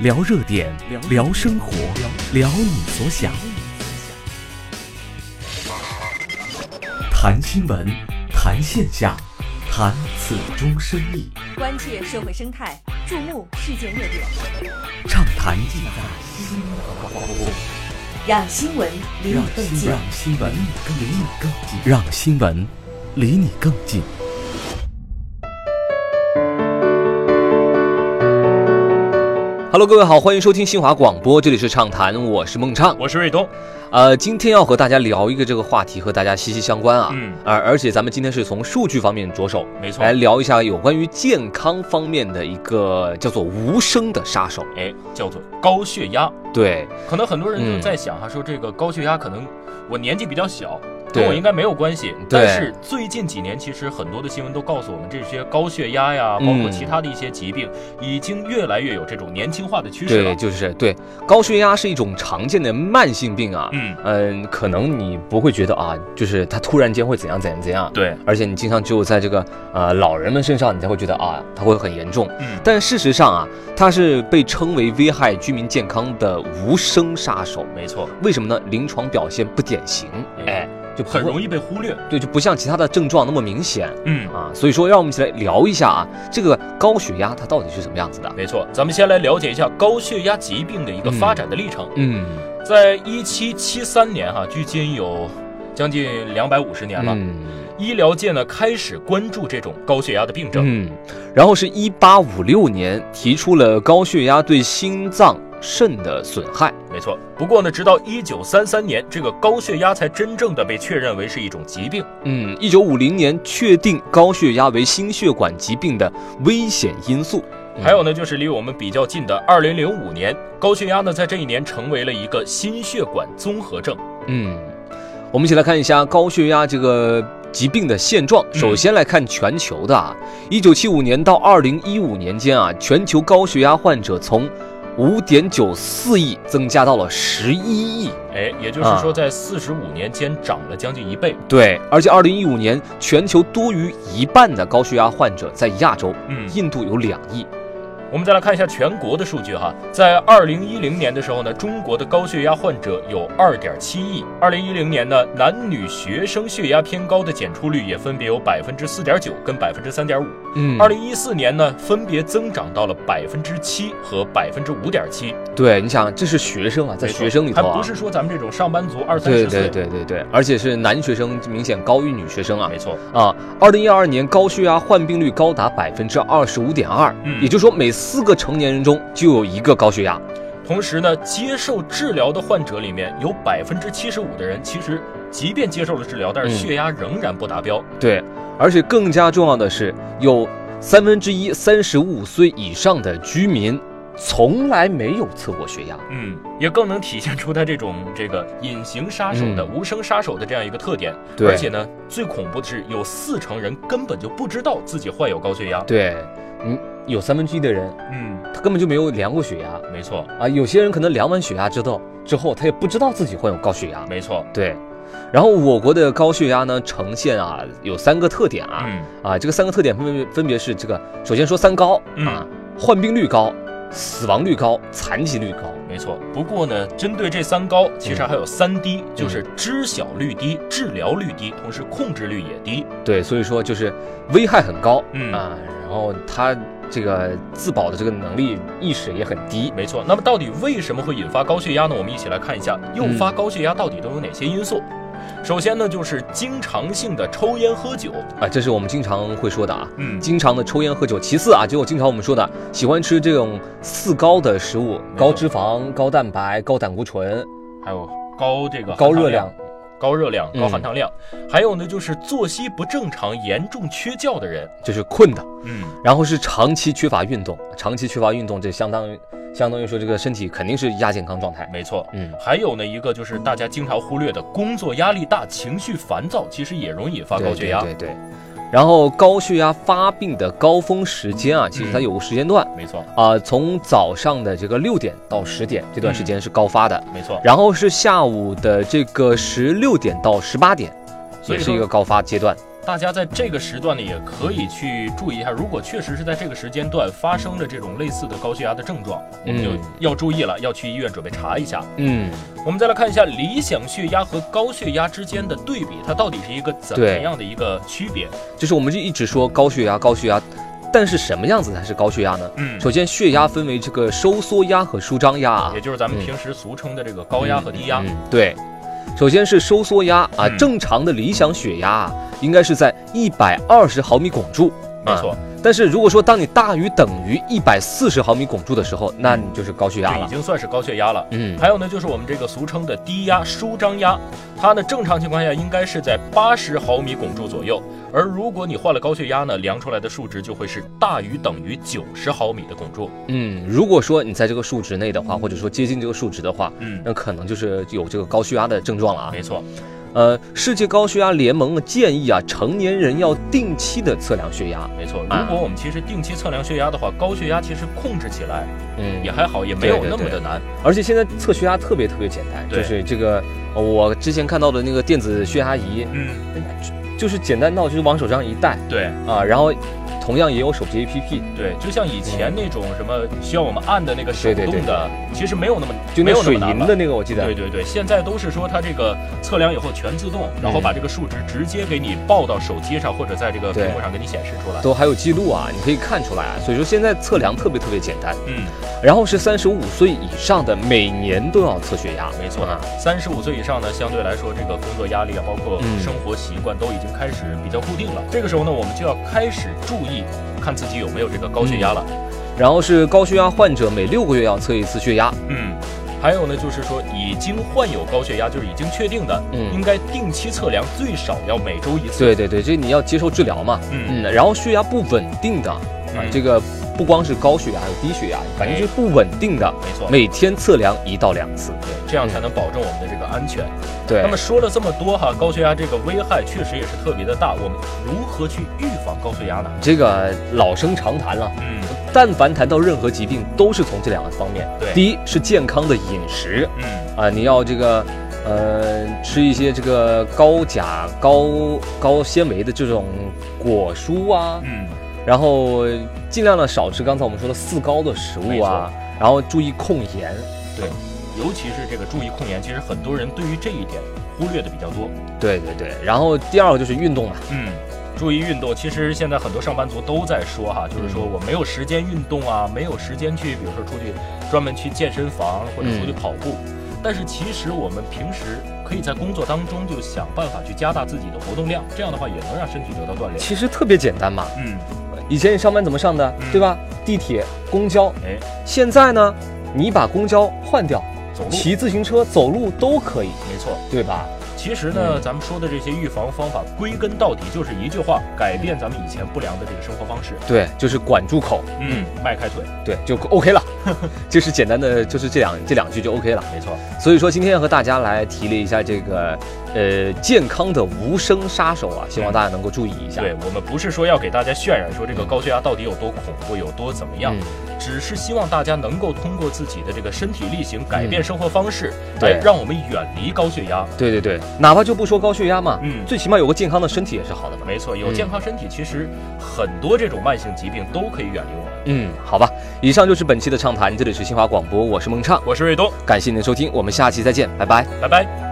聊热点，聊生活，聊你所想。谈新闻，谈现象，谈此中深意，关切社会生态，注目世界热点，畅谈地大新闻广播，让新闻离你让更新近让。新闻离你更近，让新闻离你更近。 Hello，各位好，欢迎收听新华广播，这里是畅谈，我是孟畅。我是瑞东。呃，今天要和大家聊一个这个话题，和大家息息相关啊。嗯而而且咱们今天是从数据方面着手，没错来聊一下有关于健康方面的一个叫做无声的杀手。哎，叫做高血压。对，可能很多人嗯就在想哈、说这个高血压可能我年纪比较小，对跟我应该没有关系。对但是最近几年，其实很多的新闻都告诉我们，这些高血压呀，嗯包括其他的一些疾病，已经越来越有这种年轻化的趋势对，了。就是对，高血压是一种常见的慢性病啊。嗯，嗯、可能你不会觉得啊，就是它突然间会怎样怎样怎样。对，而且你经常只有在这个呃老人们身上，你才会觉得啊，它会很严重。嗯但事实上啊，它是被称为危害居民健康的无声杀手。没错，为什么呢？临床表现不典型，哎哎，就不很会容易被忽略。对，就不像其他的症状那么明显嗯，啊。所以说，让我们一起来聊一下啊，这个高血压它到底是什么样子的？没错，咱们先来了解一下高血压疾病的一个嗯发展的历程。嗯，在一七七三年哈、距今有将近两百五十年了。嗯医疗界呢开始关注这种高血压的病症。嗯，然后是一八五六年提出了高血压对心脏、肾的损害。没错，不过呢，直到一九三三年，这个高血压才真正的被确认为是一种疾病。嗯，一九五零年确定高血压为心血管疾病的危险因素。嗯还有呢，就是离我们比较近的二零零五年，高血压呢在这一年成为了一个心血管综合症。嗯，我们一起来看一下高血压这个疾病的现状。首先来看全球的啊，一九七五年到二零一五年间啊，全球高血压患者从五点九四亿增加到了十一亿。哎，也啊就是说，在四十五年间涨了将近一倍。对，而且二零一五年全球多于一半的高血压患者在亚洲，嗯印度有两亿。我们再来看一下全国的数据哈，在二零一零年的时候呢，中国的高血压患者有二点七亿；二零一零年呢，男女学生血压偏高的检出率也分别有百分之四点九跟百分之三点五。嗯二零一四年呢，分别增长到了百分之七和百分之五点七，对，你想这是学生啊，在学生里头还啊不，是说咱们这种上班族二三对十岁，对对对对，而且是男学生明显高于女学生啊。没错，啊，二零一二年高血压患病率高达百分之二十五点二，嗯也就是说每四个成年人中就有一个高血压。同时呢，接受治疗的患者里面有百分之七十五的人，其实即便接受了治疗，但是嗯血压仍然不达标。对，而且更加重要的是，有三分之一三十五岁以上的居民从来没有测过血压。嗯，也更能体现出它这种这个隐形杀手的、嗯无声杀手的这样一个特点。对而且呢，最恐怖的是，有四成人根本就不知道自己患有高血压。对，嗯，有三分之一的人嗯，他根本就没有量过血压没错，啊，有些人可能量完血压之后之后，他也不知道自己患有高血压。没错。对，然后我国的高血压呢呈现啊有三个特点啊，嗯，啊，这个三个特点分别分别是这个，首先说三高、嗯啊，患病率高、死亡率高、残疾率高。没错。不过呢，针对这三高，其嗯实还有三低，就是知晓率低、治疗率低，同时控制率也低。对，所以说就是危害很高，嗯啊，然后他这个自保的这个能力意识也很低。没错。那么到底为什么会引发高血压呢？我们一起来看一下，诱嗯发高血压到底都有哪些因素。首先呢，就是经常性的抽烟喝酒。啊，这是我们经常会说的啊，嗯经常的抽烟喝酒。其次啊，就经常我们说的喜欢吃这种四高的食物，高脂肪、高蛋白、高胆固醇、还有高这个高含糖热量。高热量、嗯高含糖量，还有呢就是作息不正常、严重缺觉的人，就是困的，嗯，然后是长期缺乏运动，长期缺乏运动，这相当于相当于说这个身体肯定是亚健康状态。没错。嗯，还有呢，一个就是大家经常忽略的工作压力大、情绪烦躁，其实也容易引发高血压。对对对对然后高血压发病的高峰时间嗯啊，其实它有个时间段没错，啊、从早上的这个六点到十点这段时间是高发的，没错。然后是下午的这个十六点到十八点，所也以是一说个高发阶段。大家在这个时段呢，也可以去注意一下，如果确实是在这个时间段发生了这种类似的高血压的症状，我们就嗯要注意了，要去医院准备查一下。嗯，我们再来看一下理想血压和高血压之间的对比，它到底是一个怎对样的一个区别？就是我们就一直说高血压，高血压，但是什么样子才是高血压呢？嗯，首先，血压分为这个收缩压和舒张压啊也，就是咱们嗯平时俗称的这个高压和低压嗯。嗯对，首先是收缩压啊，嗯正常的理想血压啊，应该是在一百二十毫米汞柱，啊没错，但是如果说当你大于等于一百四十毫米汞柱的时候，那你就是高血压这已了。经算是高血压了。嗯，还有呢，就是我们这个俗称的低压舒张压，它呢正常情况下应该是在八十毫米汞柱左右，而如果你患了高血压呢，量出来的数值就会是大于等于九十毫米的汞柱。嗯，如果说你在这个数值内的话，或者说接近这个数值的话，嗯，那可能就是有这个高血压的症状了啊。没错，呃，世界高血压联盟建议啊，成年人要定期的测量血压。没错。啊如果我们其实定期测量血压的话，高血压其实控制起来嗯也还好，也没有对对那么对的难。而且现在测血压特别特别简单，对就是这个呃我之前看到的那个电子血压仪，嗯，就是简单到就是往手上一戴对啊，然后同样也有手机 APP，对，就像以前那种什么需要我们按的那个手嗯对对动对的，其实没有那么就没那有那水么难银了的那个我记得对，对对，现在都是说它这个测量以后全自动，然后把这个数值直接给你报到手机上或者在这嗯个对屏幕上给你显示出来。都还有记录啊，你可以看出来啊。所以说现在测量特别特别简单。嗯，然后是三十五岁以上的每年都要测血压，没错啊。。三十五岁以上呢，相对来说这个工作压力啊，包括嗯生活习惯都已经开始比较固定了。这个时候呢，我们就要开始注意，看自己有没有这个高血压了。然后是高血压患者每六个月要测一次血压，嗯。还有呢，就是说已经患有高血压，就是已经确定的，嗯应该定期测量，最少要每周一次。对对对，这你要接受治疗嘛。嗯，嗯，然后血压不稳定的啊，嗯哎这个不光是高血压，还有低血压，反正就是不稳定的，没错，每天测量一到两次。对，这样才能保证我们的这个安全。对，那么说了这么多哈，高血压这个危害确实也是特别的大，我们如何去预防高血压呢？这个老生常谈了，嗯但凡谈到任何疾病，都是从这两个方面。对第一是健康的饮食嗯，啊，你要这个。呃，吃一些这个高钾、高高纤维的这种果蔬啊，嗯，然后尽量的少吃刚才我们说的四高的食没物错啊，然后注意控盐。尤其是这个注意控盐，其实很多人对于这一点忽略的比较多。对对对，然后第二个就是运动嘛，嗯。注意运动，其实现在很多上班族都在说哈，就是说我没有时间运动啊，没有时间去，比如说出去专门去健身房或者出去跑步。但是其实我们平时可以在工作当中就想办法去加大自己的活动量，这样的话也能让身体得到锻炼。其实特别简单嘛。嗯，以前你上班怎么上的嗯，对吧？地铁、公交。哎，现在呢，你把公交换掉，走路，骑自行车、走路都可以，没错。对吧？其实呢，咱们说的这些预防方法，归根到底就是一句话：改变咱们以前不良的这个生活方式。对，就是管住口，嗯，迈开腿，对，就 OK 了。就是简单的，就是这两这两句就 OK 了。没错。所以说，今天和大家来提了一下这个，呃，健康的无声杀手啊，希望大家能够注意一下。嗯对我们不是说要给大家渲染说这个高血压到底有多恐怖、有多怎么样，嗯只是希望大家能够通过自己的这个身体力行，改变生活方式，嗯对来让我们远离高血压。对对对，哪怕就不说高血压嘛，嗯最起码有个健康的身体也是好的嘛。没错，有嗯健康身体，其实很多这种慢性疾病都可以远离我们。嗯，好吧，以上就是本期的畅谈，这里是新华广播，我是孟畅，我是瑞东，感谢您的收听，我们下期再见，拜拜。拜拜。